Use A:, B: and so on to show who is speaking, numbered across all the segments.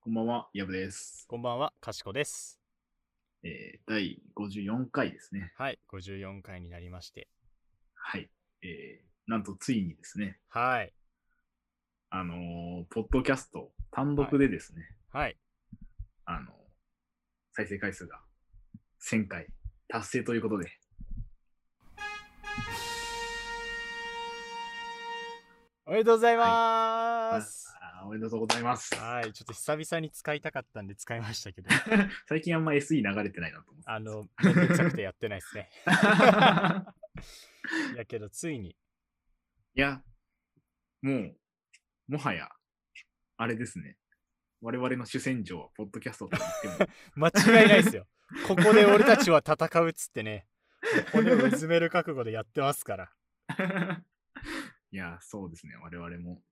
A: こんばんは、やぶです。
B: こんばんは、かしこです。
A: えー、第54回ですね。
B: はい、54回になりまして。
A: はい。えー、なんとついにですね、
B: はい、
A: あのーポッドキャスト単独でですね、
B: はい、
A: あのー再生回数が1000回達成ということで、
B: おめでとうございます。
A: あーおめでとうございます。
B: はい、ちょっと久々に使いたかったんで使いま したけど、
A: 最近あんま SE 流れてないなと思って。
B: あの、めんどくさくてやってないです ね。 いやけど、ついに、
A: いや、もう、もはや、あれですね。我々の主戦場はポッドキャストと言っても
B: 間違いないですよ。ここで俺たちは戦うっつってね、骨をうずめる覚悟でやってますから。
A: いや、そうですね。我々も、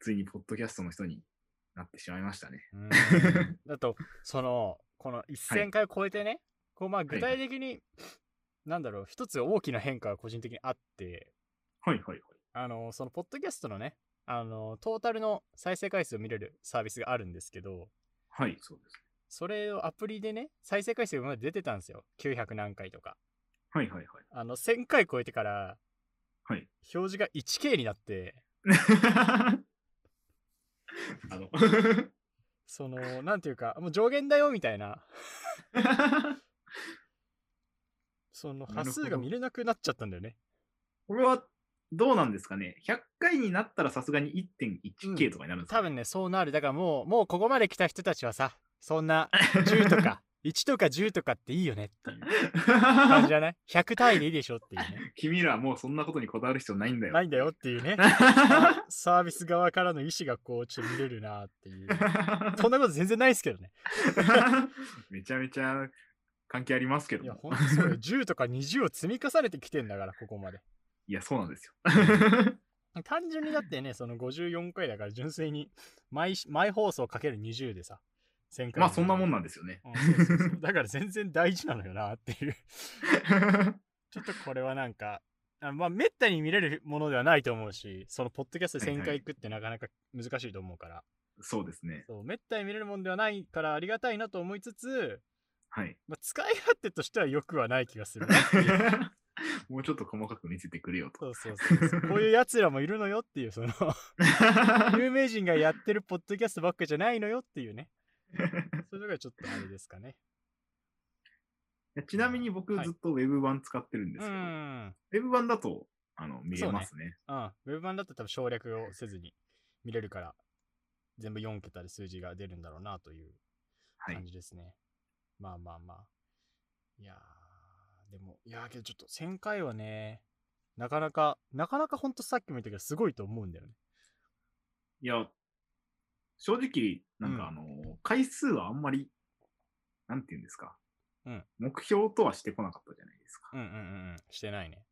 A: ついにポッドキャストの人になってしまいましたね。
B: うーん だとそのこの1000回を超えてね、こうまあ具体的に、なんだろう一つ大きな変化が個人的にあって
A: はいはいはい。
B: あのそのポッドキャストのねあのトータルの再生回数を見れるサービスがあるんですけど
A: はい、そうです。
B: それをアプリでね再生回数が今まで出てたんですよ900何回とか
A: はいはいはい。
B: あの1000回超えてから、
A: はい
B: 表示が 1K になって
A: あの、
B: そのなんていうかもう上限だよみたいなそ
A: な
B: の
A: る
B: 波
A: ほど
B: 数が見れなくなっちゃったんだよね
A: これはどうなんですかね ?100 回になったらさすがに
B: う
A: 1.1K
B: ん
A: とかになるんですか、
B: 多分ねそうなるだからもうもうここまで来た人たちはさそんな10と か1とか10とかっていいよねっていう感じじゃない100単位でいいでしょっていう ね
A: 君らはもうそんなことにこだわる必要ないんだよ。
B: ないんだよっていうねサービス側からの意思がこうちょっと見れるなっていうそんなこと全然ないですけどね
A: めちゃめちゃ関係ありますけど
B: いや
A: も。
B: ほんとそうよ10とか20を積み重ねてきてんだからここまで
A: いや、そうなんですよ。
B: 単純にだってねその54回だから純粋に毎し毎放送かける20でさ1000回
A: まあ、そんなもん
B: な
A: なんですよ ね。
B: だから全然大事なのよなっていうちょっとこれはなんか、あまあ、めったに見れるものではないと思うし、その、ポッドキャストで
A: はいは
B: 1000
A: い
B: 回いくってなかなか難しいと思うから、
A: そうですね。
B: そう、めったに見れるものではないからありがたいなと思いつつ、
A: はい。
B: まあ、使い勝手としては良くはない気がするな。
A: もうちょっと細かく見せてくれよ と。
B: そうそうそうそう。こういう奴らもいるのよっていう、その、有名人がやってるポッドキャストばっかじゃないのよっていうね。 そういうのがちょっとあれですかね。
A: ちなみに僕
B: はい
A: ずっと Web 版使ってるんで
B: う
A: すけど、
B: ん。うん。
A: Web 版だとあの見れますね
B: ウェブ版だと多分省略をせずに見れるから、全部4桁で数字が出るんだろうなという
A: は
B: 感
A: い。
B: じですね。まあまあまあ。いやー、でも、いやーけどちょっと1000回はね、なかなか、なかなかほんとさっきも言ったけど、すごいと思うんだよね。
A: いや、正直、なん
B: うん
A: かあの、回数はあんまり、なんていうんですか、
B: うん
A: 目標とはしてこなかったじゃないですか。
B: うんうんうんうん。してないね。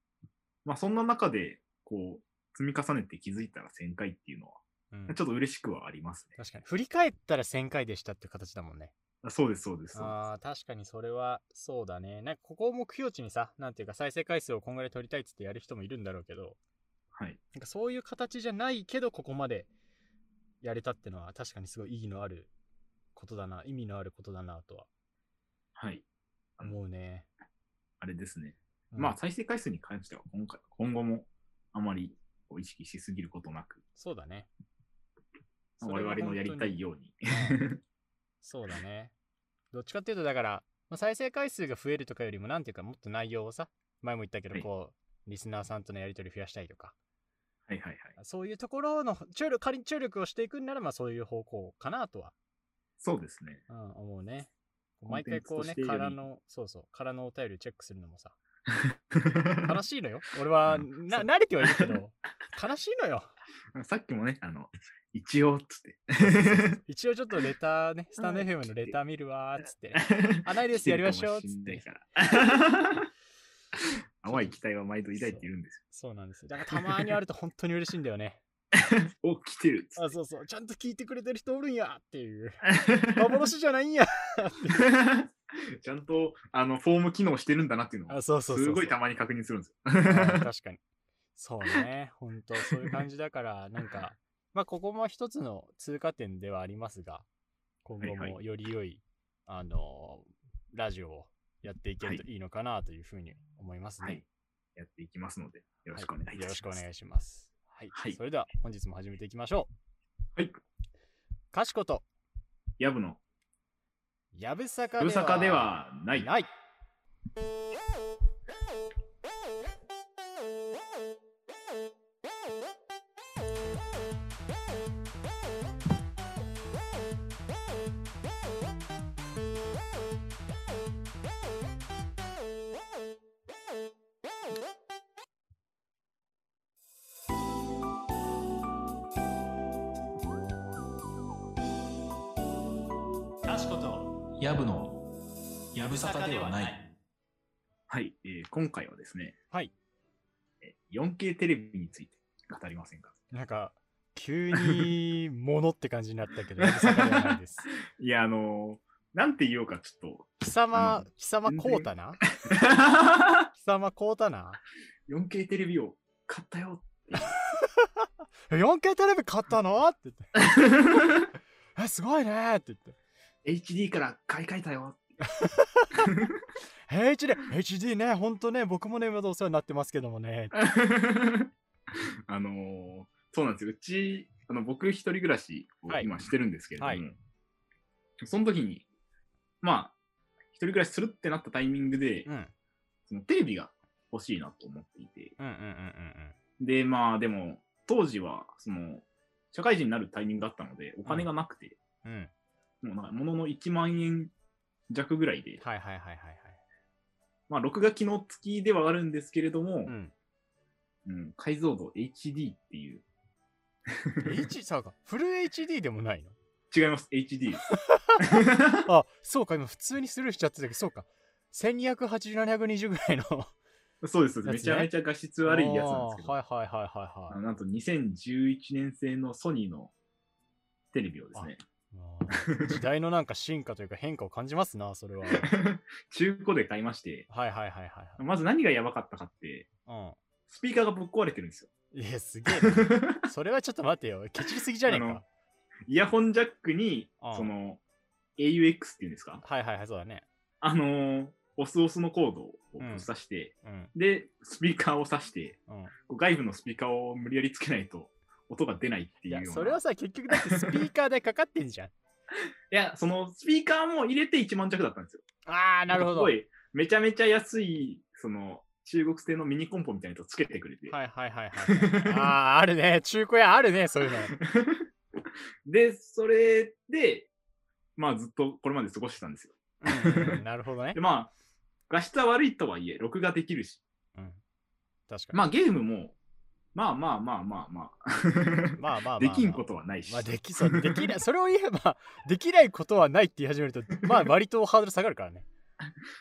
A: まあそんな中で、こう、積み重ねて気づいたら1000回っていうのは、
B: うん、
A: ちょっと嬉しくはありますね。
B: 確かに。振り返ったら1000回でしたって形だもんね。
A: そうです、そうです、そうです。
B: ああ、確かにそれは、そうだね。なんかここを目標値にさ、なんていうか再生回数をこんぐらい取りたいっつってやる人もいるんだろうけど、
A: はい。
B: なんかそういう形じゃないけど、ここまでやれたってのは、確かにすごい意義のあることだな、意味のあることだなとは
A: はい。
B: 思うね。
A: あれですね。
B: うん
A: まあ、再生回数に関しては今回、今後もあまりこう意識しすぎることなく、
B: そうだね。
A: まあ我々のやりたいように。
B: それが本当に。うんそうだね。どっちかっていうと、だから、まあ、再生回数が増えるとかよりも、なんていうか、もっと内容をさ、前も言ったけ
A: は
B: ど、
A: い
B: こう、リスナーさんとのやり取り増やしたいとか、
A: はいはいはい。
B: そういうところの注力、仮に注力をしていくんなら、まあそういう方向かなとは、
A: そうですね。
B: うん、思うね。
A: コン
B: 毎
A: テン
B: 回
A: ツと
B: こう
A: し
B: ね
A: て、より
B: 空の、そうそう、空のお便りをチェックするのもさ、悲しいのよ。俺は、
A: うん
B: な、
A: そう
B: 慣れてはいるけど、悲しいのよ。
A: さっきもね、あの、一応っつって。
B: 一応ちょっとレターね、スタンド
A: うん
B: FM のレター見るわーっ つってね、あ、ないいです、やりましょうっ
A: 来て
B: つっ
A: る
B: て。
A: かもしんないから 淡い期待は毎度抱いているんです
B: そうなんですよ。だからたまにあると本当に嬉しいんだ よね。
A: よ。お、来てるっつっ
B: あ、そうそう。ちゃんと聞いてくれてる人おるんやっ ていう。
A: て。
B: 幻じゃないんや。
A: ちゃんと、あの、フォーム機能してるんだなっていうのを
B: あ、、そうそうそうそう。
A: すごいたまに確認するんですよ。
B: あー確かに。そうね。本当そういう感じだから、なんか、まあ、ここも一つの通過点ではありますが、今後
A: はい
B: も
A: は
B: より良い、あのーラジオをやっていけるといいのかなというふうに思いますね。
A: はい。やっていきますので、よろしくお願いい
B: よ
A: た
B: ろ
A: し
B: しく
A: ま
B: お
A: す。
B: 願いします。はい。
A: はい
B: それでは本日も始めていきましょ
A: は
B: う。
A: い。
B: かしこと、
A: やぶの、
B: やぶさか
A: やぶさかではない。
B: ない。
C: かしことやぶのやぶさかではない
A: はい、えー今回はですね、
B: はい。
A: えー 4K テレビについて語りませんか
B: なんか、急に物って感じになったけど、やぶさかではない です。
A: いや、あのーなんて言おうか、ちょ
B: 貴
A: あ
B: 様
A: の、
B: 貴様こうたな
A: っと。
B: 貴様こうたな
A: 4K テレビを買った よ。
B: え ?4K テレビ買ったのって言って。え、すごいねって言って。
A: HD から買い替えたよ。
B: HD、HD ね、ほんとね、僕もね、まだお世話になってますけどもね。
A: あのーそうなんですよ。うち、あの僕一人暮らしを
B: はい
A: 今してるんですけれども、
B: はい
A: その時に、まあ、一人暮らしするってなったタイミングで、
B: うん。うん
A: そのテレビが欲しいなと思っていて、
B: うんうんうん
A: で、まあでも、当時は、その、社会人になるタイミングだったので、お金がなくて、
B: うん。うん。
A: もうなんか、ものの1万円弱ぐらいで、
B: はいはいはいはいはい。
A: まあ、録画機能付きではあるんですけれども、
B: うん。
A: うん解像度 HD っていう、
B: H さかフル HD でもないの
A: 違います、HD です。
B: あそうか今普通にスルーしちゃってたけどそうか1280720ぐらいの
A: そうです、
B: やつね
A: めちゃめちゃ画質悪いやつなんですけど、
B: あーはいはいはいはい
A: あ
B: は
A: のなんと2011年製のソニーのテレビをですね、
B: いもう時代のなんか進化というか変化を感じますなそれは
A: 中古で買いまして、
B: はいはいはいはい
A: まず何がやばかったかって、
B: は
A: スピーカーがぶっ壊れてるんですよ。
B: いうんいやすげえなそれはちょっと待ってよケチりすぎじゃねえ
A: あ
B: か
A: のイヤホンジャックに
B: あ、あ
A: その、AUX っていうんですか
B: はいはいはいそうだね
A: あのー、オスオスのコードをぶっ刺して、
B: うん
A: で、スピーカーを挿して、
B: うん
A: こう外部のスピーカーを無理やりつけないと音が出ないっていう
B: い
A: よ
B: や
A: うな。
B: それはさ結局だってスピーカーでかかってんじゃん
A: いや、そのスピーカーも入れて1万弱だったんですよ。
B: ああなるほど
A: すご
B: はい
A: い、めちゃめちゃ安い、その、中国製のミニコンポみたいなやつをつけてくれて。
B: はいはいはいはいあああるね中古屋あるねそういうの
A: で、それで、まあずっとこれまで過ごしてたんですよ。
B: うんうんうんなるほどね
A: で、まあ、画質は悪いとはいえ、録画できるし、
B: うん確かに
A: まあゲームも、まあまあまあまあま
B: まあまあまあまあ
A: あ、できんことはないし。
B: まあできそうできないそれを言えばできないことはないって言い始めるとまあ割とハードル下がるからね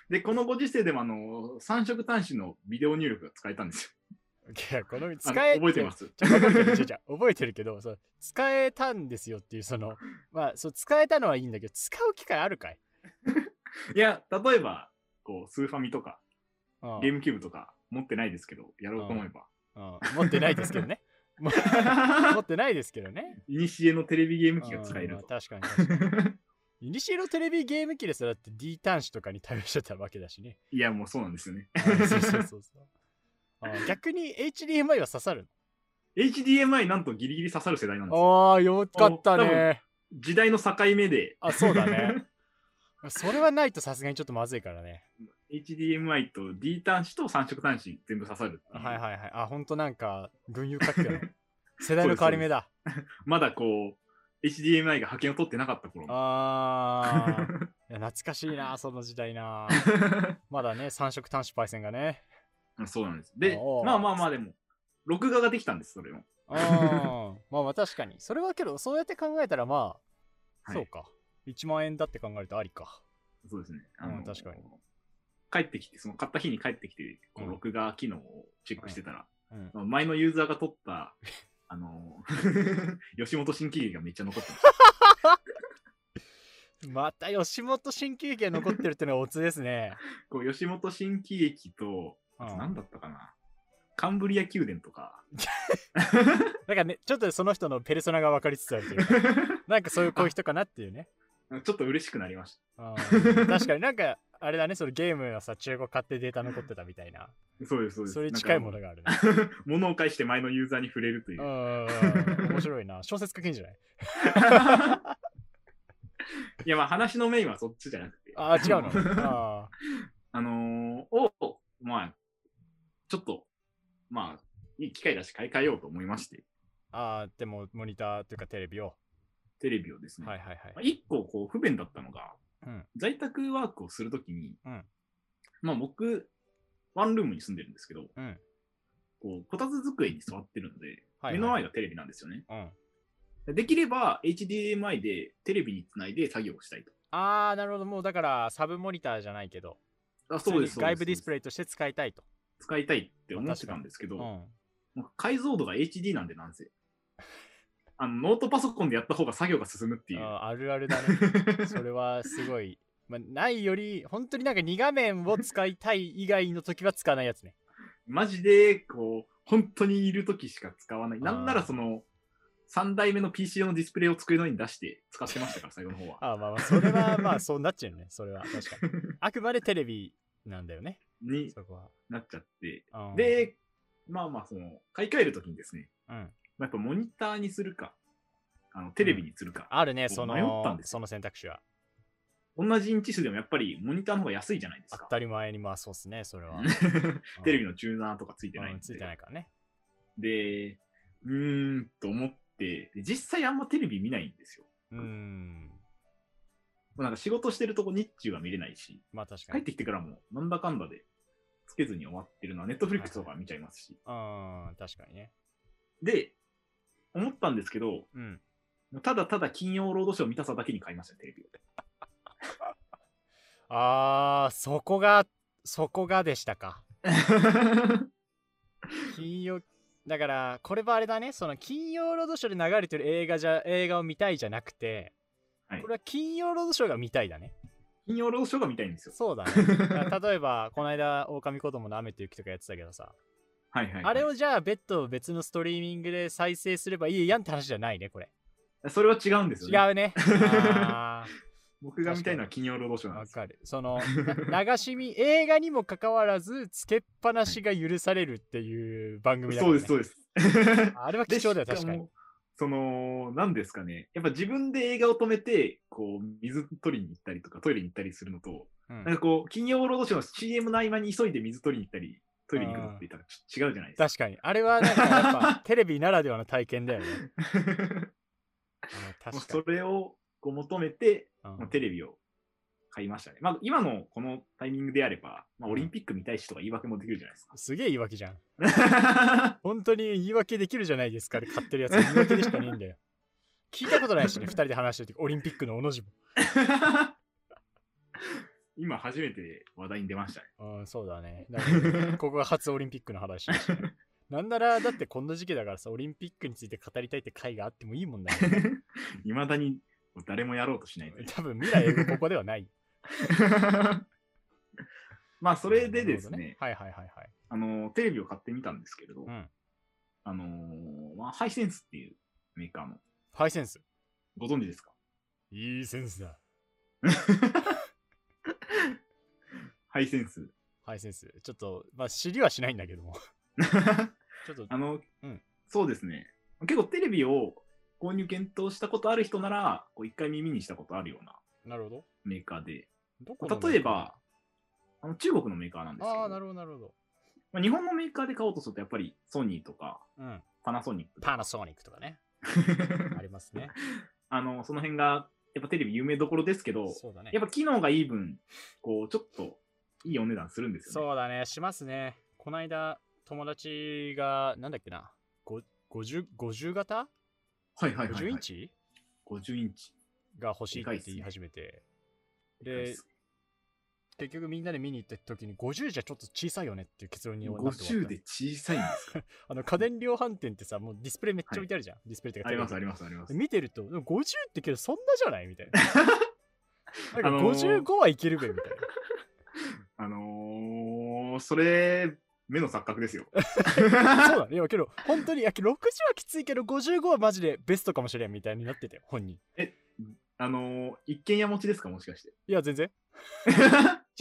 A: で、このご時世でも、あの、三色端子のビデオ入力が使えたんですよ。
B: いやこの
A: あ
B: 使
A: の
B: え
A: 覚えてますす。
B: 覚えてるけどそう使えたんですよっていうそのまあそう使えたのはいいんだけど使う機会あるかい、
A: いや、例えば、こう、スーファミとか、
B: うん
A: ゲームキューブとか、持ってないですけど、やろうと思えば。
B: うん持ってないですけどねも持ってないですけどね
A: い にしえのテレビゲーム機が使え
B: う
A: る
B: ん
A: と。
B: 確かに確かにイニシエのテレビゲーム機ですらだって D 端子とかに対応してたわけだしね
A: いや、もうそうなんですよね。
B: うんそうそうそうそうあ逆に HDMI は刺さる
A: HDMI なんとギリギリ刺さる世代なんですよ。
B: ああ、よかった
A: お多
B: ね
A: 分。時代の境目で、
B: あ、そう だね。それはないとさすがにちょっとまずいからね。
A: HDMI と D 端子と三色端子全部刺さる。
B: はいはいはい。あ、ほんとなんか、群雄割拠 の世代の変わり目だ。
A: まだこう、HDMI が覇権を取ってなかった頃の。
B: あー いや懐かしいな、その時代な。まだね、三色端子パイセンが ね。
A: そうなんです。で
B: お、ー
A: まあまあまあでも、録画ができたんです、それも。
B: うん。まあまあ確かに。それはけど、そうやって考えたらまあ、
A: はい
B: そうか。1万円だって考えるとありか。
A: そうですね。
B: うん確かに。
A: 帰ってきて、その買った日に帰ってきて、こ
B: うん
A: う録画機能をチェックしてたら、
B: うん。
A: 前のユーザーが撮った、 あの ー吉本新喜劇がめっちゃ残ってまし
B: また吉本新喜劇が残ってるってのがオツですね。
A: こう吉本新喜劇と、
B: うん
A: あと何だったかな。カンブリア宮殿と か。
B: だからね、ちょっとその人のペルソナが分かりつつあるというか、なんかそういうこういう人かなっていうね。
A: ちょっと嬉しくなりまし
B: あー確かになんか、あれだね、そのゲームはさ、中古買ってデータ残ってたみたいな。
A: た。そうです、そうです。
B: それに近いも
A: なん
B: の
A: か
B: があるね。
A: あの。物を介して前のユーザーに触れるというう。
B: ん、面白いな。小説書けんじゃない
A: いや、まあ話のメインはそっちじゃなくて。
B: ああ、違 うの。あ
A: あのーを、まあ、ちょっと、まあ、いい機会だし買い替えようと思いまして、
B: ーあー、でも、モニターというかテレビを。
A: テレビをですね、
B: はいはいはい
A: まあ、。一個こう不便だったのが、
B: うん
A: 在宅ワークをするときに、
B: うん
A: まあ僕、ワンルームに住んでるんですけど、
B: うん。
A: こう、こたつ机に座ってるので、
B: はいはい
A: 目の前がテレビなんですよね。
B: うん。
A: できれば HDMI でテレビにつないで作業をしたいと。
B: ああ、なるほど。もうだから、サブモニターじゃないけど、
A: あ
B: 普通に外部ディスプ
A: レイ。
B: レイとして使いたいと。
A: 使いたいって思ってたんですけ
B: う
A: ど、
B: ん。
A: もう解像度が HD なんでなんせ。あのノートパソコンでやった方が作業が進むっていう。
B: あーあるあるだ ね。それはすごい。まあ、ないより、本当になんか2画面を使いたい以外の時は使わないやつね。
A: マジで、こう、本当にいる時しか使わない。なんならその、3台目の PC 用のディスプレイを机の上に出して使ってましたから、最後の方は。
B: あーまあまあ、 それはまあそうなっちゃうよね。それは確か に。あくまでテレビなんだよね。
A: に
B: そこは。
A: なっちゃって。
B: うん、
A: で、まあまあ、その、買い替える時にですね、
B: うん、
A: まあやっぱモニターにするか、あのテレビにするか、
B: あるね、そ
A: 迷ったん
B: の
A: ですよ
B: その選択肢は。
A: 同じインチ数でもやっぱりモニターの方が安いじゃないです
B: 当
A: か。
B: たり前にまあそうっすね、 それは。
A: テレビのチューナーとかついて
B: う
A: なんい
B: うんん
A: で。
B: ついてないからね。
A: で、うーんと思って、で実際あんまテレビ見ないんですよ。
B: うーん。
A: もうなんか仕事してるとこ日中は見れないし、
B: まあ確か
A: 帰っ
B: に。
A: てきてからもなんだかんだでつけずに終わってるのは、ネットフリックスとか見ちゃいますし。
B: うん、確かにね。
A: で、思ったんですけど、
B: うん。
A: ただただ金曜ロードショー見たさだけに買いましたね、テレビを。
B: あー、そこが、そこがでしたか。 金曜、だから、これはあれだね、その金曜ロードショーで流れてる映画じゃ、映画を見たいじゃなくて、
A: はい
B: これは金曜ロードショーが見たいだね。
A: 金曜ロードショーが見たいんですよ。
B: そうだね。だ から例えば、この間、狼子供の雨と雪とかやってたけどさ、
A: はいはいはい、
B: あれをじゃあ別途別のストリーミングで再生すればいいやんって話じゃないね、これ。
A: それは違うんですよ、ね。
B: 違 うね。あ
A: 僕が見たいのは金曜ロードショ
B: ー
A: ーなん
B: わ
A: ですよ。
B: かる。その、な流し見、映画にもかかわらず、つけっぱなしが許されるっていう番組だか
A: そ
B: ら、
A: うで
B: ね。
A: す、そう
B: う
A: です。
B: あれは貴重だよ、
A: でし
B: 確かに。
A: もその、なんですかね。やっぱ自分で映画を止めて、こう、水取りに行ったりとか、トイレに行ったりするのと、
B: うん
A: なんかこう、金曜ロードショーの CM の合間に急いで水取りに行ったり、トイレに行くのって多分ち違うじゃないです
B: 確かに。あれはなんかやっ ぱテレビならではの体験だよね。
A: か。
B: あの
A: もう
B: 確か
A: それをこう求めて、
B: にう
A: まあ
B: ん。
A: テレビを買いましたね。まあ、今のこのタイミングであれば、まあ、オリンピック見たいしとか言い訳もできるじゃない ですか。
B: すげえ言い訳じゃん。本当に言い訳できるじゃないですかで買ってるやつ。言い訳でしかねえ んだよ。聞いたことないしね、二人で話してる時、オリンピックのおの字も。
A: 今初めて話題に出ましたね。
B: うん、そうだね。だ から ここが初オリンピックの話だし、なんなら、だってこんな時期だからさ、オリンピックについて語りたいって回があってもいいもんだよ、ね。
A: いまだに誰もやろうとし ないという
B: 多分未来英語ここではない。
A: まあそれでですね、
B: なるほどはいはいはいはい。
A: あのテレビを買ってみたんですけれど、
B: うん
A: あのまあ、ハイセンスっていうメーカーの
B: ハイセンス。
A: ご存知ですか
B: いいセンスだ。
A: ハイセンス。
B: ハイセンス。ちょっと、まあ、知りはしないんだけども。ちょっと、
A: あの、
B: うん
A: そうですね。結構テレビを購入検討したことある人なら、こう一回耳にしたことあるような
B: なるほど。
A: メーカーで、
B: どこの
A: 例えば、あの中国のメーカーなんですけど
B: ああ、なるほど、なるほど。
A: まあ、日本のメーカーで買おうとすると、やっぱりソニーとか
B: うん。
A: パナソニックとか、
B: パナソニックとかね。ありますね。
A: あのその辺がやっぱテレビ有名どころですけど、
B: そうだね
A: やっ。ぱ機能がいい分、こうちょっといいお値段するんですよね。
B: そうだね。しますね。こないだ、友達が、なんだっけな。ご50、50型
A: はいはいはい、
B: 50
A: はい。
B: インチ
A: 50インチ。
B: が欲しいっ
A: でかい
B: て
A: っすね
B: 言い始めて。
A: でかい
B: で
A: っす、
B: 結局みんなで見に行った時に50じゃちょっと小さいよねっていう結論になって終
A: 50
B: わった
A: で小さいんですか
B: あの家電量販店ってさ、もうディスプレイめっちゃ置いてあるじゃん。ディスプレイっていう
A: あ
B: かテ
A: り
B: レビ
A: ますありますあります。
B: 見てると、でも50ってけどそんなじゃないみ たいな。なん
A: あ
B: か
A: のー
B: 55はいけるべみたいな。
A: あのー、それ、目の錯覚ですよ。
B: そうだね。いやけど、本当に、いや60はきついけど、55はマジでベストかもしれんみたいになってて、本人。
A: あのー一軒家持ちですかもしか して。
B: いや、全然。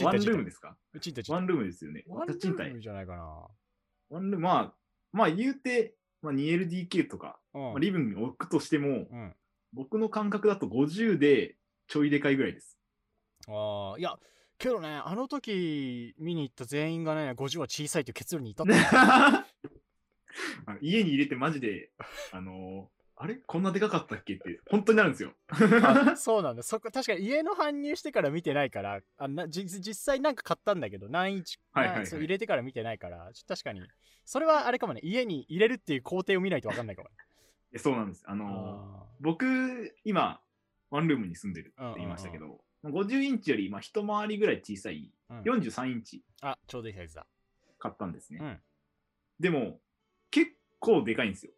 A: ワンルームですか
B: ちんたちん
A: ワ
B: た。
A: ンルームですよね。
B: ワンル
A: 賃
B: ー
A: 貸
B: ム。じゃないかな。
A: ワンルーム、まあ、まあ言うて、まあ、2LDK とか、
B: うん。
A: まあ、リビングに置くとしても、
B: うん、
A: 僕の感覚だと50でちょいでかいぐらいです。
B: ああ、いや、けどね、あの時見に行った全員がね、50は小さいという結論に至った。
A: あの 家に入れてマジで、あのーあれこんなでかかったっけって、本当になるんですよ。
B: あそうなんだ。そこ、確かに家の搬入してから見てないから、あなじ実際なんか買ったんだけど、何インチ、
A: はいはいはい
B: なそう入れてから見てないから、ちょ確かに。それはあれかもね、家に入れるっていう工程を見ないと分かんないかもね。
A: えそうなんです。あのー僕、今、ワンルームに住んでるって言いましたけど、50インチより、まあ、一回りぐらい小さい
B: あーうん
A: 43インチ
B: あ、ちょうどいいサイズだ。
A: 買ったんですね。
B: うん
A: でも、結構でかいんですよ。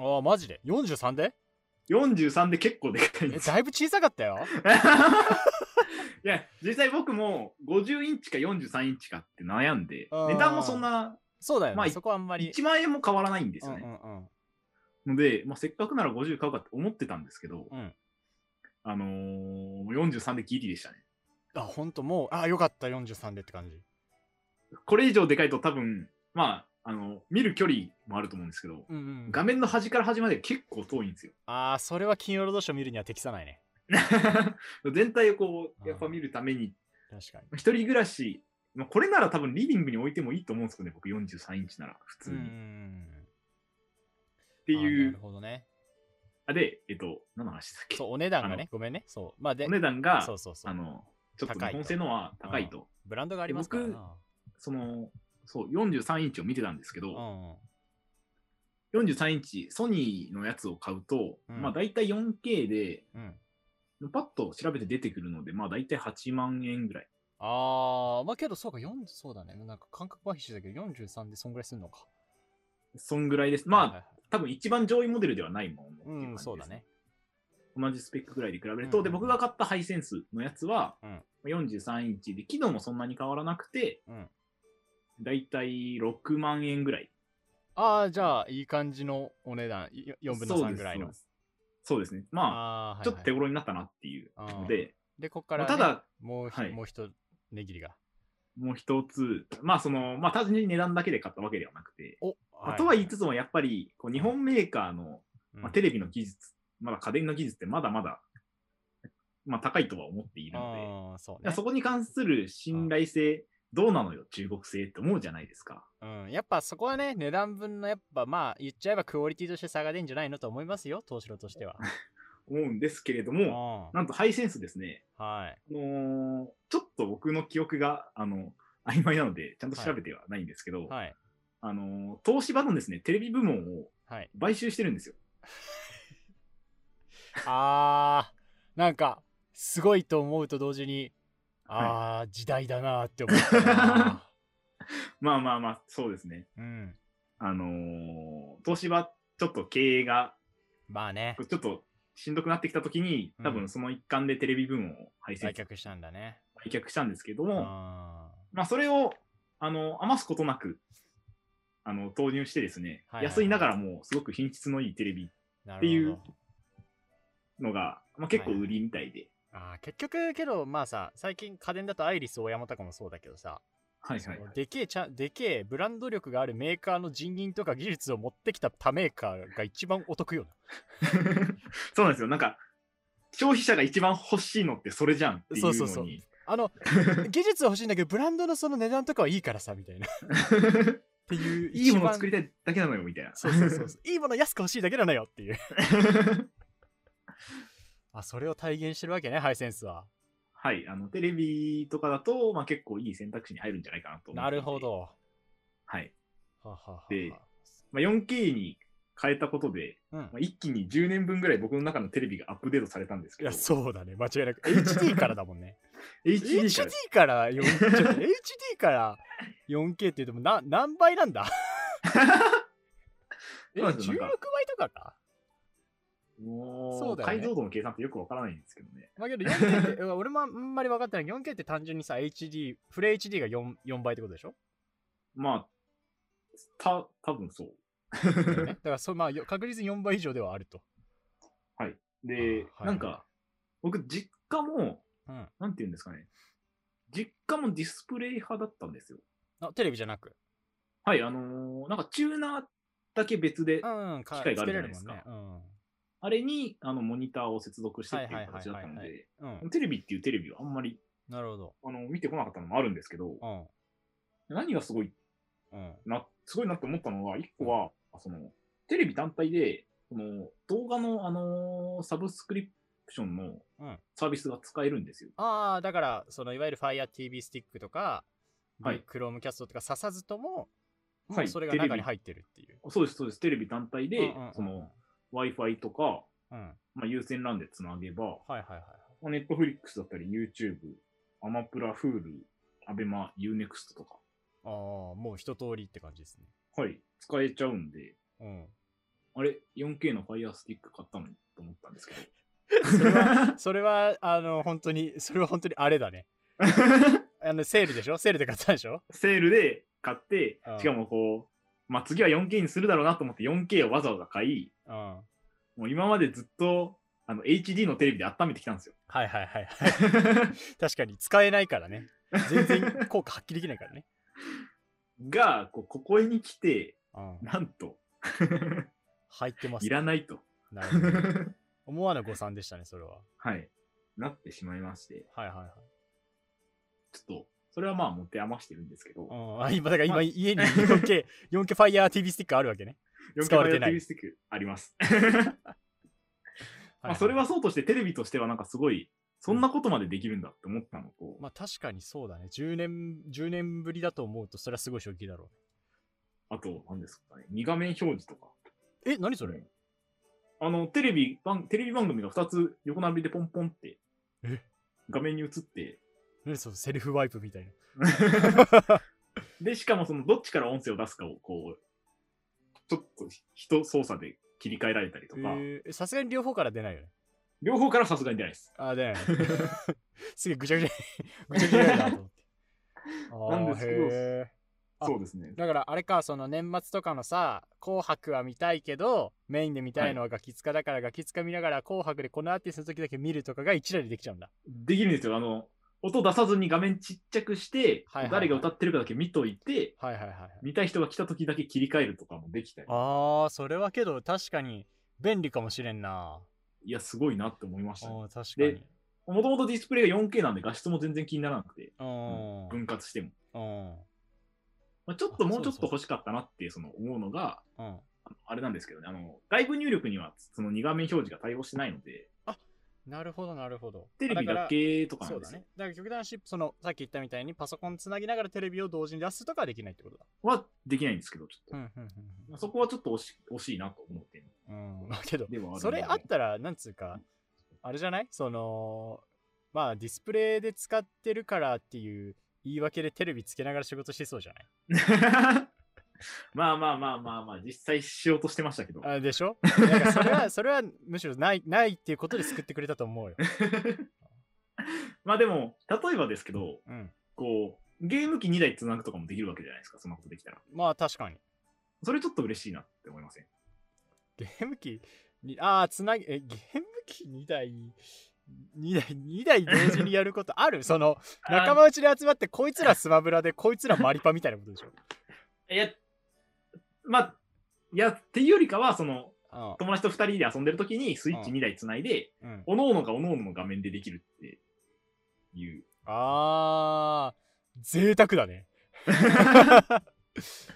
B: ああ、マジで ?43 で
A: 43で結構でかいん
B: え、
A: ですよ。
B: だいぶ小さかったよ。
A: いや、実際僕も50インチか43インチかって悩んで、
B: あー
A: 値段もそんな
B: そうだよね。
A: まあ
B: そこはあんまり。
A: 1万円も変わらないんです
B: う
A: よ
B: んう
A: ね。
B: んう
A: の
B: ん。
A: で、まあ、せっかくなら50買うかって思ってたんですけど、
B: うん
A: あのー、43でギリでしたね。
B: あ、ほんともう、ああ、よかった、43でって感じ。
A: これ以上でかいと多分、まあ、あの、見る距離もあると思うんですけど、
B: うんうん。
A: 画面の端から端まで結構遠いん ですよ。
B: ああ、それは金曜ロードショー見るには適さないね。
A: 全体をこ
B: あ
A: う、
B: ー
A: やっぱ見るために、
B: 確かに。
A: 一人暮らし、まあ、これなら多分リビングに置いてもいいと思うんですけどね、僕43インチなら、普通
B: う
A: に。
B: んうん
A: っ
B: うん。
A: て
B: あー
A: い
B: な
A: う
B: るほどね。
A: あで、えっと、何の話だっけ
B: そう、お値段が
A: あ
B: ね
A: の、
B: ごめんね。そう。まあ、で
A: お、値段が、
B: そうそうそ
A: あ
B: う。
A: の、ちょっと
B: 高い
A: 日
B: と
A: 本製のは高いと。
B: ブランドがありますからな。
A: その、そう、43インチを見てたんですけ
B: う
A: ど、
B: んうん。
A: 43インチ、ソニーのやつを買うと、
B: うん
A: まあ大体 4K で、
B: うん。
A: パッと調べて出てくるので、まあ大体8万円ぐらい。
B: ああ、まあけど、そうか、4、そうだね。なんか感覚麻痺してたけど、43でそんぐらいすんのか。
A: そんぐらいです。
B: はいはい
A: まあ、
B: はい
A: 多分一番上位モデルではないものってい感じ
B: う
A: で
B: ん、
A: す
B: そうだね。。
A: 同じスペックぐらいで比べる
B: うんう
A: と、
B: ん
A: で、僕が買ったハイセンスのやつは
B: うん、
A: 43インチで、機能もそんなに変わらなくて、
B: うん。
A: 大体6万円ぐらい。
B: ああ、じゃあ、いい感じのお値段、4分の
A: そうで
B: 3
A: す
B: ぐらい
A: そ
B: の
A: うで。すそうですね。ま
B: あ
A: あ、
B: あ、
A: ちょっと手
B: はいはい
A: 頃になったなっていうの
B: あ
A: で、
B: で、こっか
A: ま
B: ら
A: あた
B: ね、
A: だ、
B: もうひ、
A: はい
B: もう一値切りが。
A: もう一つ、まあその、まあ単純に値段だけで買ったわけではなくて、
B: お、
A: あとは言いつつもやっぱり、こう日本メーカーの、
B: うん
A: まあ、テレビの技術、まだ家電の技術ってまだまだ、まあ高いとは思っているので、
B: ああ、そう
A: いや
B: ね。
A: そこに関する信頼性、どうなのよ、中国製って思うじゃないですか。
B: うん、やっぱそこはね、値段分のやっぱまあ言っちゃえばクオリティとして差が出んじゃないのと思いますよ、東城としては。
A: 思うんですけれど
B: う
A: も、
B: ん、
A: なんとハイセンスですね、
B: はい。
A: あのーちょっと僕の記憶が、あの、曖昧なので、ちゃんと調べてはないんですけど、
B: はい。
A: あのー東芝のですね、テレビ部門を
B: はい。
A: 買収してるんですよ。
B: あー、なんか、すごいと思うと同時に、あー、時代だなーって思ったな
A: まあまあまあ、そうですね。
B: うん。
A: あのー東芝、ちょっと経営が、
B: まあね、
A: ちょっとしんどくなってきたときに、多
B: うん
A: 分その一環でテレビ部門を配信
B: 来
A: 売
B: 客したんだね。
A: 却したんですけど
B: う
A: も、
B: ん。
A: まあ、それを、あの、余すことなく、あの、投入してですね、
B: はいはいはい
A: 安いながらも、すごく品質のいいテレビ
B: な
A: ってい
B: るほ
A: う
B: ど。
A: のが、まあ、結構売りみたいで、
B: あー結局けどまあさ最近家電だとアイリス大山とかもそうだけどさ、
A: はい
B: そのでけえちゃんでけえブランド力があるメーカーの人員とか技術を持ってきた他メーカーが一番お得よな
A: そうなんですよ。なんか、消費者が一番欲しいのってそれじゃんっていうのに。
B: そうそうそう あの技術は欲しいんだけどブランドのその値段とかはいいからさみたいなっていう
A: いいものを
B: 一
A: 作り
B: 番
A: たいだ けなのよ、みたいな。
B: そうそうそうそういいもの安く欲しいだけなのよっていう あそれを体現してるわけねハイセンスは
A: はい。あの、テレビとかだと、まあ、結構いい選択肢に入るんじゃないかなと思っていて
B: なるほ。ど
A: はい。
B: はははは
A: でまあ、4K に変えたことで、
B: うん
A: まあ、一気に10年分ぐらい僕の中のテレビがアップデートされたんです
B: い
A: けど、
B: やそうだね間違いなく HD からだもんね
A: HD から
B: HD から 4K HD から 4K って言ってもな何倍な んだえ
A: そうなん
B: 16
A: で
B: 倍
A: すよなんか
B: とかかそ
A: も
B: う
A: う、
B: だよね
A: 解像度の計算ってよくわからないんですけどね。
B: まあけど 4K ってうわ俺もあん まり分かってない 4K って単純にさ HD フレ HD が 4, 4倍ってことでしょ
A: まあ、た、多分そう。
B: ねだからそう、まあ、よ確率4倍以上ではあると。
A: で、
B: あーはい
A: なんか、僕、実家も、
B: うん。
A: なんていうんですかね。実家もディスプレイ派だったんですよ。
B: あテレビじゃなく。
A: はい、あのーなんかチューナーだけ別で、
B: うん、か
A: 機械があるじゃ
B: つけれ
A: ないですか
B: もんね
A: あれにあのモニターを接続してっていう形だった
B: はいはい
A: の
B: はいはい
A: で、
B: うん。うん。
A: テレビっていうテレビはあんまり
B: なるほど。
A: あの見てこなかったのもあるんですけど、
B: う
A: 何がすごい
B: ん。うん。
A: な、すごいなって思ったのは、一個は、その、テレビ単体で、その動画の、あのーサブスクリプションの
B: うん
A: サービスが使えるんですよ。
B: ああ、だから、その、いわゆる Fire TV スティックとか、
A: はい
B: Chromecast とか刺さずとも、も
A: は
B: う
A: い
B: それが
A: テレビ
B: 中に入ってるっていう。
A: そうです、そうです。テレビ単体で
B: うんうんうん、
A: その、Wi-Fi とか、
B: うん。
A: まあ、有線 LAN でつなげば、
B: はいはいはい。
A: まあ、Netflix だったり、YouTube、アマプラ、Hulu、ABEMA、Unext とか、
B: ああ、もう一通りって感じですね。
A: はい、使えちゃうんで、
B: うん。
A: あれ、4K の Fire Stick 買ったのにと思ったんですけど。
B: それ は、それは、あの、本当に、それは本当にあれだね。あの、セールでしょセールで買ったでしょ
A: セールで買って
B: うん、
A: しかもこう、まあ、次は 4K にするだろうなと思って 4K をわざわざ買い、
B: うん。はい
A: もう今までずっとあの HD のテレビで温めてきたんですよ。
B: はいはいはい。 確かに、使えないからね。全然効果発揮できないからね。
A: が、こうここに来て、
B: うん。
A: なんと、
B: 入ってます
A: い
B: ね。
A: らない と。
B: なるほどね思わぬ誤算でしたね、それは。
A: はい。なってしまいまして、
B: はいはいはい。
A: ちょっと、それはまあ持て余してるんですけど、
B: うん、あ今、だから今、
A: まあ
B: 家 に 4K、4K ファイヤー TV スティックあるわけね。使われてない
A: 4K の TV スティックあります。
B: い
A: ま
B: い
A: あそれは、そうとして、テレビとしてはなんかすごい、そんなことまでできるんだって思ったのと、
B: まあ確かにそうだね。10年、10年ぶりだと思うと、それはすごい衝撃だろ
A: あと、何ですかね、2画面表示とか。
B: う。え、何それ、
A: うんあの、テレビ番、テレビ番組が2つ横並びでポンポンって
B: え、
A: 画面に映って、
B: 何そのセルフワイプみたいな。
A: で、しかもその、どっちから音声を出すかを、こう、ちょっと人操作で切り替えられたりとか、
B: えーさすがに両方から出ないよね。
A: 両方からさすがに出ないです。
B: あ、出ない。 すげえぐちゃ ぐちゃ、ぐちゃぐちゃだなと思って。あー
A: なんですけど
B: へーあ
A: そうですね。
B: だからあれかその年末とかのさ「紅白」は見たいけどメインで見たいのはガキツカだから、ガキツカ見ながら「紅白」でこのアーティストの時だけ見るとかが一台でできちゃうんだ
A: できるんですよ。あの、音出さずに画面ちっちゃくして、
B: はいはいはい
A: 誰が歌ってるかだけ見といて、
B: はいはいはいはい
A: 見たい人が来た時だけ切り替えるとかもできたり、
B: あーそれはけど確かに便利かもしれんない
A: や、すごいなって思いましたね、
B: おー確か
A: で
B: に
A: もともとディスプレイが 4K なんで画質も全然気にならなくて、
B: うんうん
A: 分割しても。
B: うん
A: まあ、ちょっ
B: あ
A: ともうち
B: そ
A: ょっと
B: うそう
A: 欲しかったなってその思うのが、
B: うん
A: あのあれなんですけどね、あの外部入力にはその2画面表示が対応してないので、
B: なるほどなるほど
A: テレビ
B: あ
A: だ
B: から
A: けとかな
B: そ
A: ん
B: う
A: で
B: だ
A: すよ
B: ね。だから極端しそのさっき言ったみたいにパソコンつなぎながらテレビを同時に出すとかはできないってことだ
A: はできないんですけど、ちょっと。
B: んうん
A: まあそこはちょっと惜し惜しいなと思ってる
B: うんうんまあけど
A: ではあるので
B: それあったら、なんつうか、あれじゃないその、まあ、ディスプレイで使ってるからっていう言い訳でテレビつけながら仕事してそうじ ゃない
A: まあまあまあまあまあ、実際しようとしてましたけど。
B: あでしょなんかそれは、それはむしろない、ないっていうことで救ってくれたと思うよ。
A: まあでも、例えばですけど、
B: うん。
A: こう、ゲーム機2台つなぐとかもできるわけじゃないですか、そんなことできたら。
B: まあ、確かに。
A: それちょっと嬉しいなって思いません。
B: ゲーム機に、ああ、つなぎ、え、ゲーム機2台、2台、2台同時にやる ことあるその、仲間内で集まって、こいつらスマブラで、こいつらマリパみたいなことでしょ。
A: いや、まあ、いや、っていうよりかは、その、
B: あ
A: 友達と2人で遊んでるときにスイッチ
B: うん
A: 2台つないで、
B: あうん。
A: おのおのがおのおのの画面でできるっていう。
B: あー、贅沢 だね。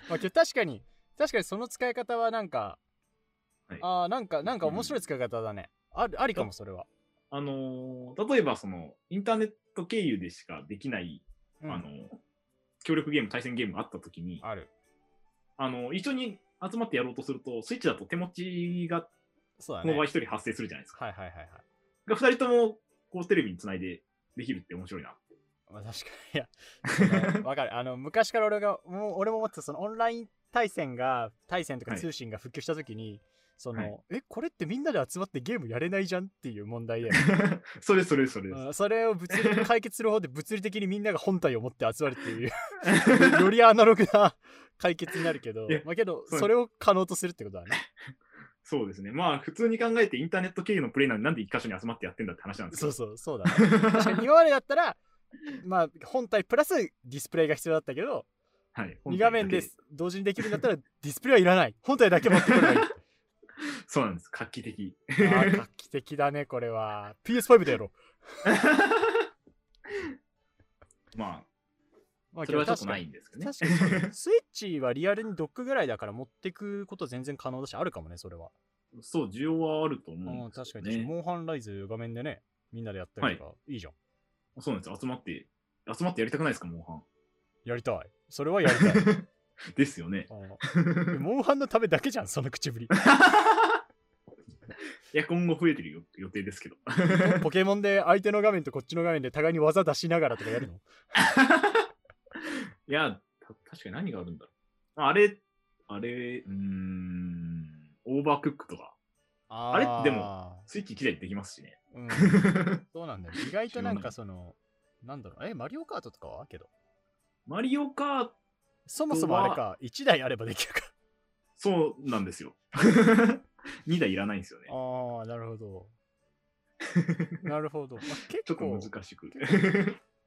B: まあ、けど確かに、確かにその使い方はなんか、
A: はい
B: ああ、なんか、なんか面白い使い方だね。あるありかも、それは。
A: あのー例えばその、インターネット経由でしかできない、
B: うん
A: あのー協力ゲーム、対戦ゲームがあったときに、
B: ある。
A: あのー一緒に集まってやろうとすると、スイッチだと手持ちが、
B: そうだ
A: こ
B: ね。
A: の場合
B: はい
A: 1人発生するじゃないですか。
B: はいはいはい。
A: が、2人とも、こうテレビにつないでできるって面白いな。
B: まあ、確かに、いや、そ のわかる。あの、昔から俺が、もう俺も思ってた、そのオンライン対戦が、対戦とか
A: はい
B: 通信が復旧したときに、その、
A: はい
B: えこれってみんなで集まってゲームやれないじゃんっていう問題で
A: それそれそれです。
B: うんそれを物理的に解決する方で物理的にみんなが本体を持って集まるっていう よりアナログな解決になるけど
A: いや
B: まあけど
A: そう
B: それを可能とするってことだね
A: そうですね。まあ、普通に考えてインターネット経由のプレイなんでなんで一箇所に集まってやってんだって話なんですけ
B: そう
A: ど。
B: そうそうだね確かに今までだったらまあ本体プラスディスプレイが必要だったけど
A: はい。
B: 2画面です。同時にできるんだったらディスプレイはいらない本体だけ持ってくれば いいあ
A: そうなんです。画期的。
B: ー画期的だねこれは PS5 でやろう
A: ま
B: ま
A: あ、
B: あ
A: それはちょっとな
B: け
A: いんですけど
B: ど
A: ね。
B: 確かに確かにそうねスイッチはリアルにドックぐらいだから持ってくこと全然可能だしあるかもねそれは、
A: そう、需要はあると思
B: うん
A: うんです
B: 確か
A: よ
B: に、
A: ね。
B: モンハンライズ画面でねみんなでやったりとか、い、いじゃん
A: そうなんです。集まって、集まってやりたくないですか、モンハン。
B: やりたいそれはや りたい
A: ですよね。
B: あーモンハンのためだけじゃんその口ぶり
A: いや、今後増えてるよ予定ですけど。
B: ポケモンで相手の画面とこっちの画面で互いに技出しながらとかやるの
A: いや、た確かに何があるんだろう。あれ、あれ、うーん、オーバークックとか、
B: あ
A: れ
B: ー
A: でも、スイッチ1台でできますし ね。
B: うん、そうなんだよ意外となんかそのなんだろうえマリオカートとかはけど
A: マリオカート、
B: そもそもあれか1台あればできるか
A: そうなんです よ。2台いらないんですよね。
B: ああ、なるほ ど。なるほど。まあ、
A: ちょ
B: 結
A: っと
B: 構、
A: 難 しく。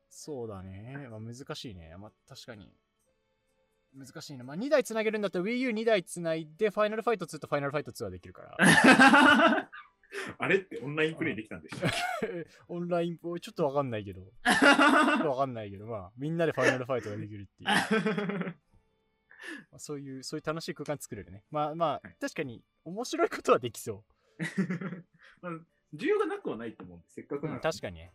B: そうだね。まあ、難しいね。まあ、確かに。難しいね。まあ、2台つなげるんだったら WiiU2 台つないで、ファイナルファイト2とファイナルファイト2はできる から。
A: あれってオンラインプレイできたんでしたっけ
B: オンライン、おいちょっとわかんないけど。ちょっ とわかんないけど、まあ、みんなでファイナルファイトができるって いう。まあそういう、そういう楽しい空間作れるね。まあまあ
A: はい、
B: 確かに、面白いことはできそ
A: まあ需要がなくはないと思うんで、せっか
B: う。
A: く
B: う、
A: なんら、
B: 確かにね。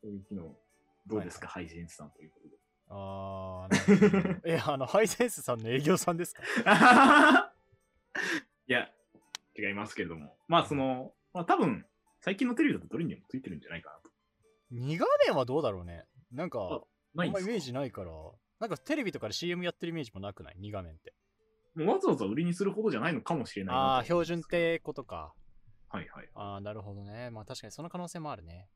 A: そういう機能、どうですか、ハイセンスさんということで。
B: ああ、なるほ どねえ、あの、ハイセンスさんの営業さんですか
A: いや、違いますけれども。まあ、その、まあ、多分、最近のテレビだとどれにでもついてるんじゃないかなと。
B: 2画面はどうだろうねなんか、
A: な
B: あ
A: い
B: ん
A: ん
B: ま
A: で
B: イ
A: す
B: メ
A: か
B: ージないから、なんかテレビとかで CM やってるイメージもなくない ?2 画面って。
A: もうわざわざ売りにするほどじゃないのかもしれないなと
B: ああー、標準っ。てことか。
A: はいはい。
B: ああ、なるほどね。まあ確かにその可能性もあるね。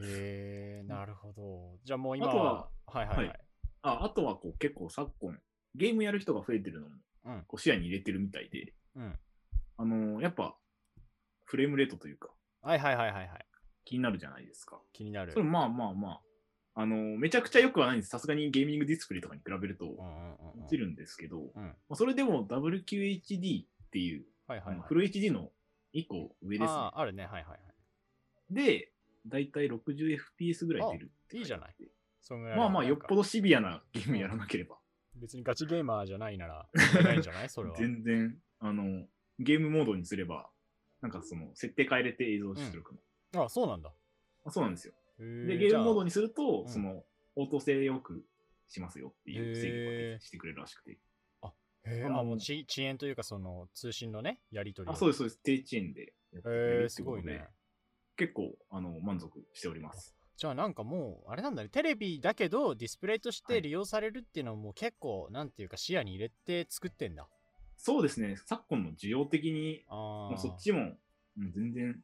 B: へえ、なるほど。じゃあもう今
A: あと
B: は
A: は、
B: はいはいはい。
A: はいああとはこう結構昨今、ゲームやる人が増えてるのも、
B: うん
A: こう視野に入れてるみたいで、
B: うん
A: あのーやっぱ、フレームレートというか、
B: はいはいはいはいはい。
A: 気になるじゃないですか。
B: 気になる。
A: それもまあまあまあ、あのーめちゃくちゃ良くはないんです。さすがにゲーミングディスプレイとかに比べると
B: うんうんうんうん
A: 落ちるんですけど、ま
B: うん。
A: あそれでも WQHD っていう、
B: はいはい、はい。
A: フル HD の1個上です、ね
B: あ。あ、あるね。はいはいはい。
A: で、だいたい 60fps ぐらい出るって書てあって
B: あいいじゃない。そんぐらい
A: まあまあ、よっぽ
B: ど。
A: どシビアなゲームやらなければ。
B: 別にガチゲーマーじゃないなら、問題ないんじゃないそれ は。
A: 全然、あの、ゲームモードにすれば、なんかその、設定変えれて映像出力も。
B: あそうなんだ。
A: あそうなんですよ。
B: で、
A: で、ゲームモード
B: に。
A: にすると
B: う、ん
A: その、応答性よくしますよっていう制御が
B: へー
A: できしてくれるらしくて。
B: へ
A: あ
B: ー
A: の
B: あ、もうち遅延というか、その通信のね、やり取りを。
A: あ、そうです、そうです。低遅延でやってくれ
B: え
A: る
B: ー、
A: って
B: す
A: こ
B: ご
A: と
B: い
A: で、
B: ね。
A: 結構、あの、満足しております。
B: じゃあなんかもう、あれなんだね、テレビだけど、ディスプレイとし
A: は
B: て
A: い
B: 利用されるっていうのはもう結構、なんていうか視野に入れて作ってんだ。
A: そうですね、昨今の需要的に、
B: あ
A: もうそ
B: ー
A: っちも、うん全然、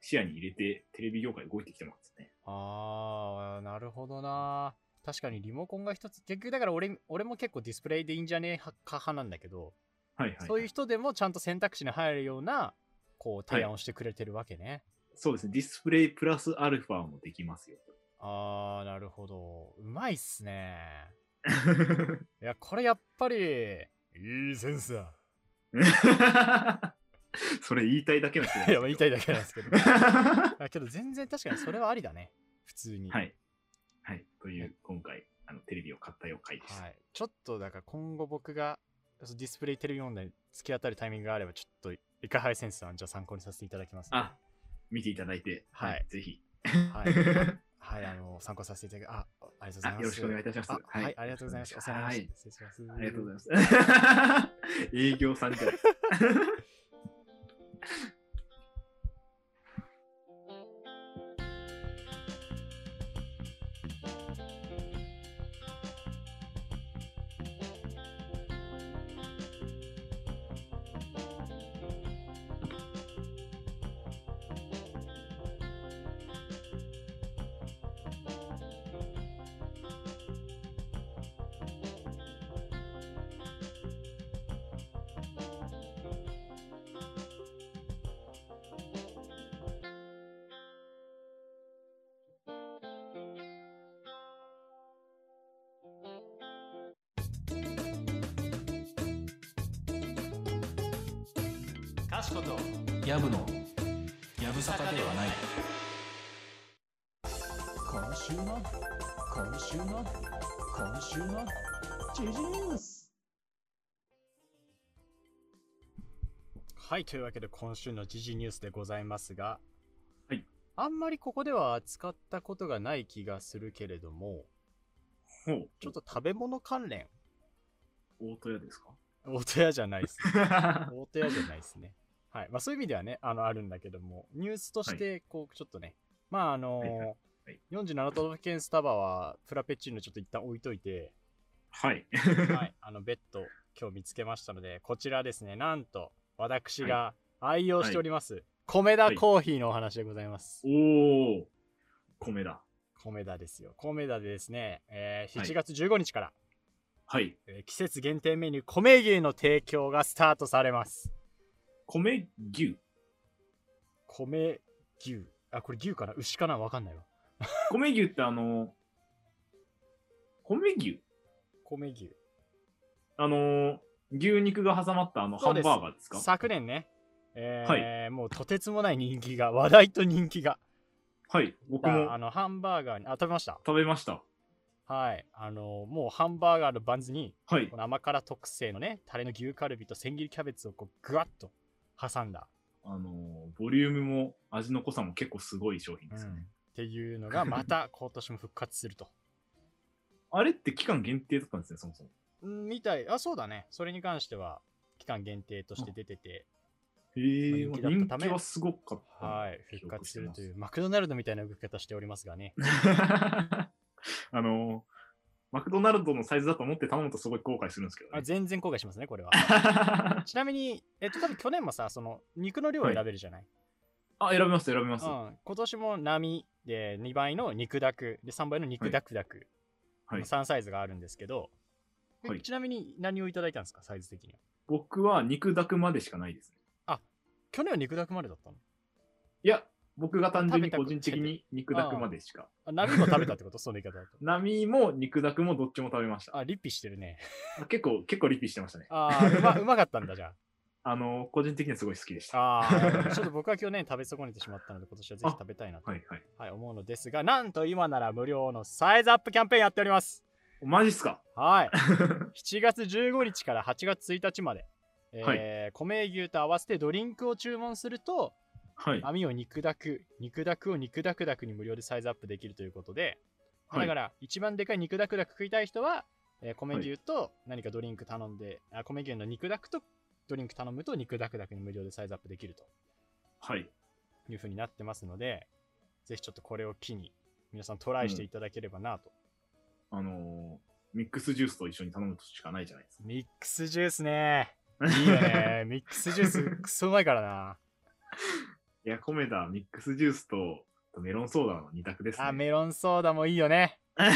A: 視野に入れて、テレビ業界動いてきてますね。
B: あー、なるほどな。確かにリモコンが一つ、結局だから俺俺も結構ディスプレイでいいんじゃねえ派派なんだけど、
A: はいはい。
B: そういう人でもちゃんと選択肢に入るような、こう、提案をしてくれてるわけね。
A: そうですね、ディスプレイプラスアルファもできますよ。
B: あー、なるほど。うまいっすね。いや、これやっぱり、いいセンスだ。
A: それ言いたいだけの人
B: いや、まあ言いたいだけなんですけど。
A: は
B: あけど全然確かにそれはありだね。普通に。
A: い。はい。という、今回、あのテレビを買ったよ回です。
B: はいちょっとだから今後僕がそのディスプレイテレビ問題に突き当たるタイミングがあればちょっとイカハイセンスさんじゃあ参考にさせていただきます、
A: あ、見ていただいて、
B: はい
A: ぜひ、
B: はい、はい、あの参考させていただきあありがとうござい
A: あ
B: ます
A: よろしくお願いいたします。
B: あはい、ありがとうございますお世話にな
A: は
B: り
A: い
B: ま。した、失礼します
A: ありがとうございます。 営業さんじゃない。
C: かしことやぶのやぶさかではない今週の今週の今週のジジース
B: はい、というわけで今週の時事ニュースでございますが、
A: はい
B: あんまりここでは扱ったことがない気がするけれども、
A: ほう。
B: ちょっと食べ物関連、
A: 大戸屋ですか
B: 大戸屋じゃないです ね。
A: は
B: 大戸屋じゃないですね。はい。まあそういう意味ではね、あの、あるんだけども、ニュースとして、こう、ちょっとね、まああの
A: はいはいはい
B: 47都道府県スタバは、フラペチーノちょっと一旦置いといて、
A: い。
B: はい、あのベッド今日見つけましたのでこちらですねなんと私が愛用しております、米田コーヒーのお話でございます、
A: おー、米だ。
B: 米田ですよ米田でですね、えー
A: はい
B: 7月15日から、
A: はい。
B: えー季節限定メニュー米牛の提供がスタートされます
A: 米牛。
B: 米牛あこれ牛かな牛かなわかんないわ
A: 米牛ってあの、米牛
B: 米牛
A: あの、牛肉が挟まったあのハンバーガーですか
B: 昨年ねえーもうとてつもない人気が話題と人気が
A: はい。僕も
B: あのハンバーガーにあ食べました
A: 食べました。
B: はいあのもうハンバーガーのバンズに
A: はい
B: こ。の甘辛特製のね、タレの牛カルビと千切りキャベツをこう、ぐわっと挟んだ、
A: あの、ボリュームも味の濃さも結構すごい商品ですよね。
B: っていうのが、また今年も復活すると。
A: あれって期間限定だったんですね、そもそも。
B: うん みたい。あ、そうだね。それに関しては、期間限定として出てて、
A: へえ、
B: まあ
A: まあ
B: 人気だった
A: 人
B: ため
A: 気はすごかった。
B: はい、
A: 記
B: 復
A: 憶
B: 活するとい
A: し
B: う、マクドナルドみたいな動き方しておりますが ね。
A: ます。 あの、マクドナルドのサイズだと思って頼むとすごい後悔するんですけど
B: あ
A: ね。
B: 全然後悔しますね、これは。
A: あ
B: ちなみに、えっと、多分去年もさ、その、肉の量を選べるじゃない、
A: 選びます、選びます。
B: うん、今年も波で2倍の肉ダク、で3倍の肉ダクダク、
A: はい
B: 3サイズがあるんですけど、え
A: はい
B: ちなみに何をいただいたんですか、サイズ的には。
A: 僕は肉だくまでしかないですね。
B: 去年は肉だくまでだったの
A: いや、僕が単純に
B: 食べた
A: 個
B: く
A: 人的に肉だくまでしか。
B: あ波も食べたってことその言い方だと。
A: 波も肉だくもどっちも食べました。
B: あ、リピしてるね。
A: 結構、結構リピしてましたね。
B: あー うまうまかったんだじゃ
A: あの、個人的にはすごい好きでした。
B: あ。あーちょっと僕は去年食べ損ねてしまったので、今年はぜひ食べたいなと、
A: はいはい。
B: はい、思うのですが、なんと今なら無料のサイズアップキャンペーンやっております。
A: マジっすか
B: はい。7月15日から8月1日まで、えー
A: は
B: 米牛と合わせてドリンクを注文すると、
A: はい。
B: 網を肉だく、肉だくを肉だくだくに無料でサイズアップできるということで、
A: はい
B: だから一番でかい肉だくだく食いたい人は、えー米牛と何かドリンク頼んで、あ米牛の肉だくとドリンク頼むと肉だくだくに無料でサイズアップできると
A: はい。
B: いうふうになってますので、ぜひちょっとこれを機に皆さんトライしていただければなと。
A: あのーミックスジュースと一緒に頼むとしかないじゃないです
B: ミックスジュースね。
A: か。
B: いいよ。ね。ミックスジュー スクソうまいからな。
A: いや、コメダ、ミックスジュースとメロンソーダの二択です、ね。
B: あ、メロンソーダもいいよね。メ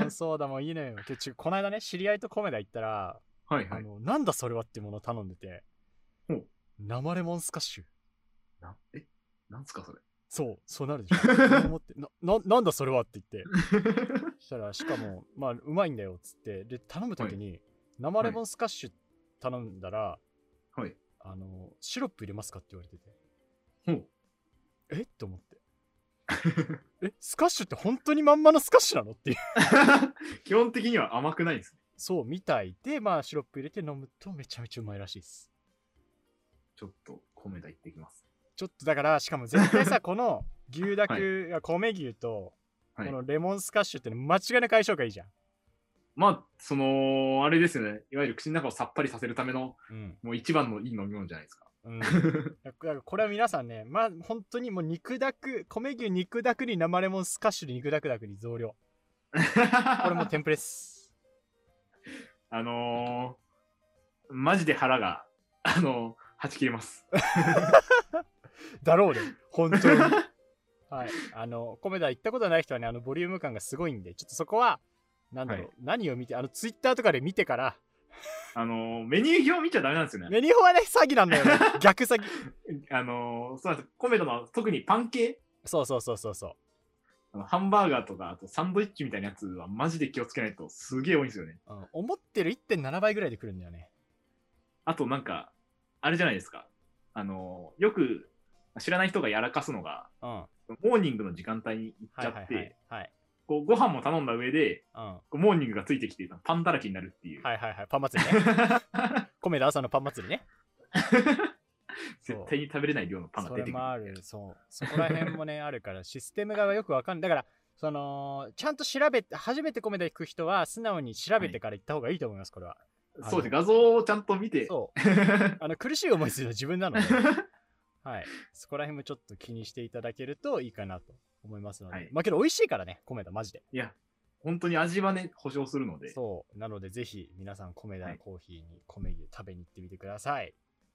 B: ロンソーダもいいのよ。で、ちゅこの間ね、知り合いとコメダ行ったら、
A: はい
B: あ
A: はい。
B: の、なんだそれはっていうものを頼んでて
A: ほう、
B: 生レモンスカッシュ。
A: なえなんすかそれ。
B: そう、そうなるで しょ。そう思ってなな、なんだそれはって言って、そしたら、しかも、まあ、うまいんだよっつって、で、頼むときに、生レモンスカッシュ頼んだら、
A: はい。
B: あの、シロップ入れますかって言われてて、
A: ほう。
B: えって思って。え、スカッシュって本当にまんまのスカッシュなのっていう。
A: 基本的には甘くないんですね。
B: そう、みたいで、まあ、シロップ入れて飲むとめちゃめちゃうまいらしいです。
A: ちょっと、コメダ行ってきます。
B: ちょっとだから、しかも絶対さ、この牛だく、あ米牛と、
A: はい
B: このレモンスカッシュっての間違いなく相性がいいじゃん。
A: まあ、その、あれですよね。いわゆる口の中をさっぱりさせるための、
B: うん。
A: もう一番のいい飲み物じゃないですか。
B: うん、だからこれは皆さんね、まあ、本当にもう肉だく、米牛肉だくに生レモンスカッシュで肉だくだくに増量。 これもうテンプレです。
A: あのー、マジで腹が、あのー、はち切れます。
B: だろうね、本当 に。はい。あの、米田行ったことない人はね、あの、ボリューム感がすごいんで、ちょっとそこは、なんだろう、
A: はい
B: 何を見て、あの、ツイッターとかで見てから、
A: あのー、メニュー表見ちゃダメなんですよね。
B: メニューはね、詐欺なんだよ ね。逆詐欺。
A: あのー、そうなんです。コメダの特にパン系
B: そうそうそうそうそう。
A: あのハンバーガーとか、あとサンドイッチみたいなやつはマジで気をつけないとすげえ多いんですよね。
B: うん思ってる1.7倍ぐらいで来るんだよね。
A: あとなんか、あれじゃないですか。あのよく知らない人がやらかすのが、
B: うん。
A: モーニングの時間帯に行っ
B: は
A: ち
B: い
A: ゃ
B: は
A: って、
B: いはい。はい。
A: こうご飯も頼んだ上で、
B: うん。は
A: こうモーニングがついてきて、パンだらけになるっていう。
B: いはいはい。パン 祭りね。米田朝のパン祭りね。
A: 絶対に食べれない量のパンが
B: そ
A: 出
B: れ
A: てくる。
B: もある。そう。そこら辺もね、あるから、システムがよくわかんない。だから、その、ちゃんと調べて、初めて米田行く人は、素直に調べてから行った方がいいと思います、これは。
A: そうですね、画像をちゃんと見て、
B: そう。あの、苦しい思いするの自分なので、はい。そこら辺もちょっと気にしていただけるといいかなと思いますので。
A: はい
B: まあけど、美味しいからね、米田、マジで。
A: いや、本当に味はね、保証するので、
B: そう。なので、ぜひ、皆さん、米田
A: は
B: の
A: い
B: コーヒーに米牛食べに行ってみてください。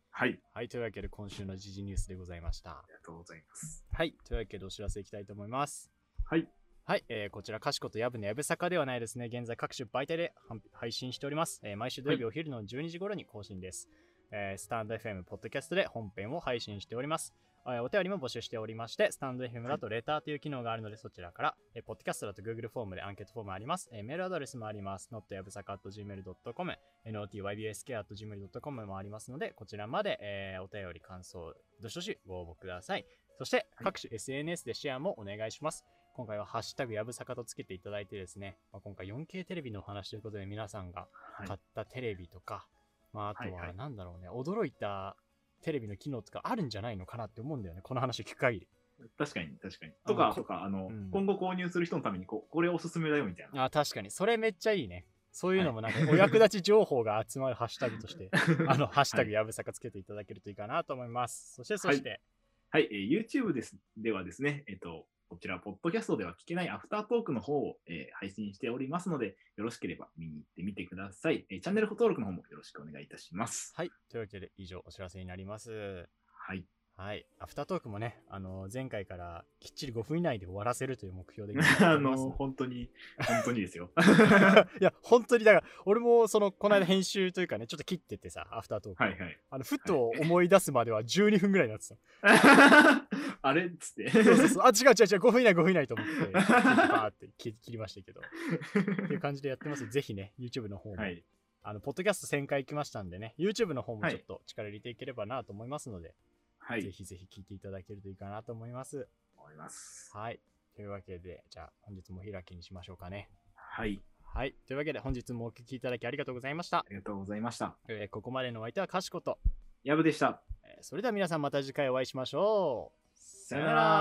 A: はい、
B: はい。というわけで、今週の時事ニュースでございました
A: あ。りがとうございます。
B: はい。というわけでお知らせいきたいと思います。
A: はい。
B: はい。えーこちら、かしことやぶのやぶさかではないですね。現在、各種媒体で販配信しております。えー毎週土曜日お昼の12時頃に更新です。えースタンド FM、ポッドキャストで本編を配信しております。えーお便りも募集しておりまして、スタンド FM だとレターという機能があるので、そちらから、えーポッドキャストだと Google フォームでアンケートフォームあります。えーメールアドレスもあります。not やぶさか .gmail.com、notybsk.gmail.com もありますので、こちらまで、えーお便り、感想、どしどしご応募ください。そして、各種 SNS でシェアもお願いします。今回はハッシュタグやぶさかとつけていただいてですね、まあ、今回 4K テレビのお話ということで、皆さんが
A: はい
B: 買ったテレビとか、まあ、あと
A: はいは
B: はいなんだろうね、驚いたテレビの機能とかあるんじゃないのかなって思うんだよね、この話聞く限り。
A: 確かに、確かに。
B: あ
A: と
B: の
A: か、
B: こと
A: か、あの、
B: うん
A: 今後購入する人のためにこ、これおすすめだよみたいな。
B: あ確かに、それめっちゃいいね。そういうのもなんか、お役立ち情報が集まるハッシュタグと して、 あの、ハッシュタグやぶさかつけていただけるといいかなと思います。そして、そして、
A: はい、えー YouTube ですではですね、えっと、こちら、ポッドキャストでは聞けないアフタートークの方を、えー配信しておりますので、よろしければ見に行ってみてください、えーチャンネル登録の方もよろしくお願いいたします。
B: はい、というわけで以上お知らせになります。
A: はい。
B: はい、アフタートークもね、あの前回からきっちり5分以内で終わらせるという目標 で
A: あ
B: 今やって
A: の、
B: ます
A: 本当に、本当にです よ。
B: いや、本当にだから、俺もその、この間編集というかね、ちょっと切っててさ、アフタートーク。
A: はいはい。
B: あの、ふと思い出すまでは12分ぐらいになってた。
A: あれっつって。
B: そうそうそう。あ、違う違う違う、5分以内、5分以内と思って、バーって切切りましたけど。っていう感じでやってます。ぜひね、YouTube の方も。
A: はい。
B: あの、ポッドキャスト1000回行きましたんでね、YouTube の方も
A: はい
B: ちょっと力入れていければなと思いますので、
A: はい。
B: ぜひぜひ聞いていただけるといいかなと思います。
A: 思います。
B: はい。というわけで、じゃあ本日もお開きにしましょうかね。
A: はい。
B: はい。というわけで、本日もお聞きいただきありがとうございました
A: あ。りがとうございました。
B: えーここまでのお相手はかしこと。
A: やぶでした。
B: えーそれでは皆さんまた次回お会いしましょう。さ
A: さよなら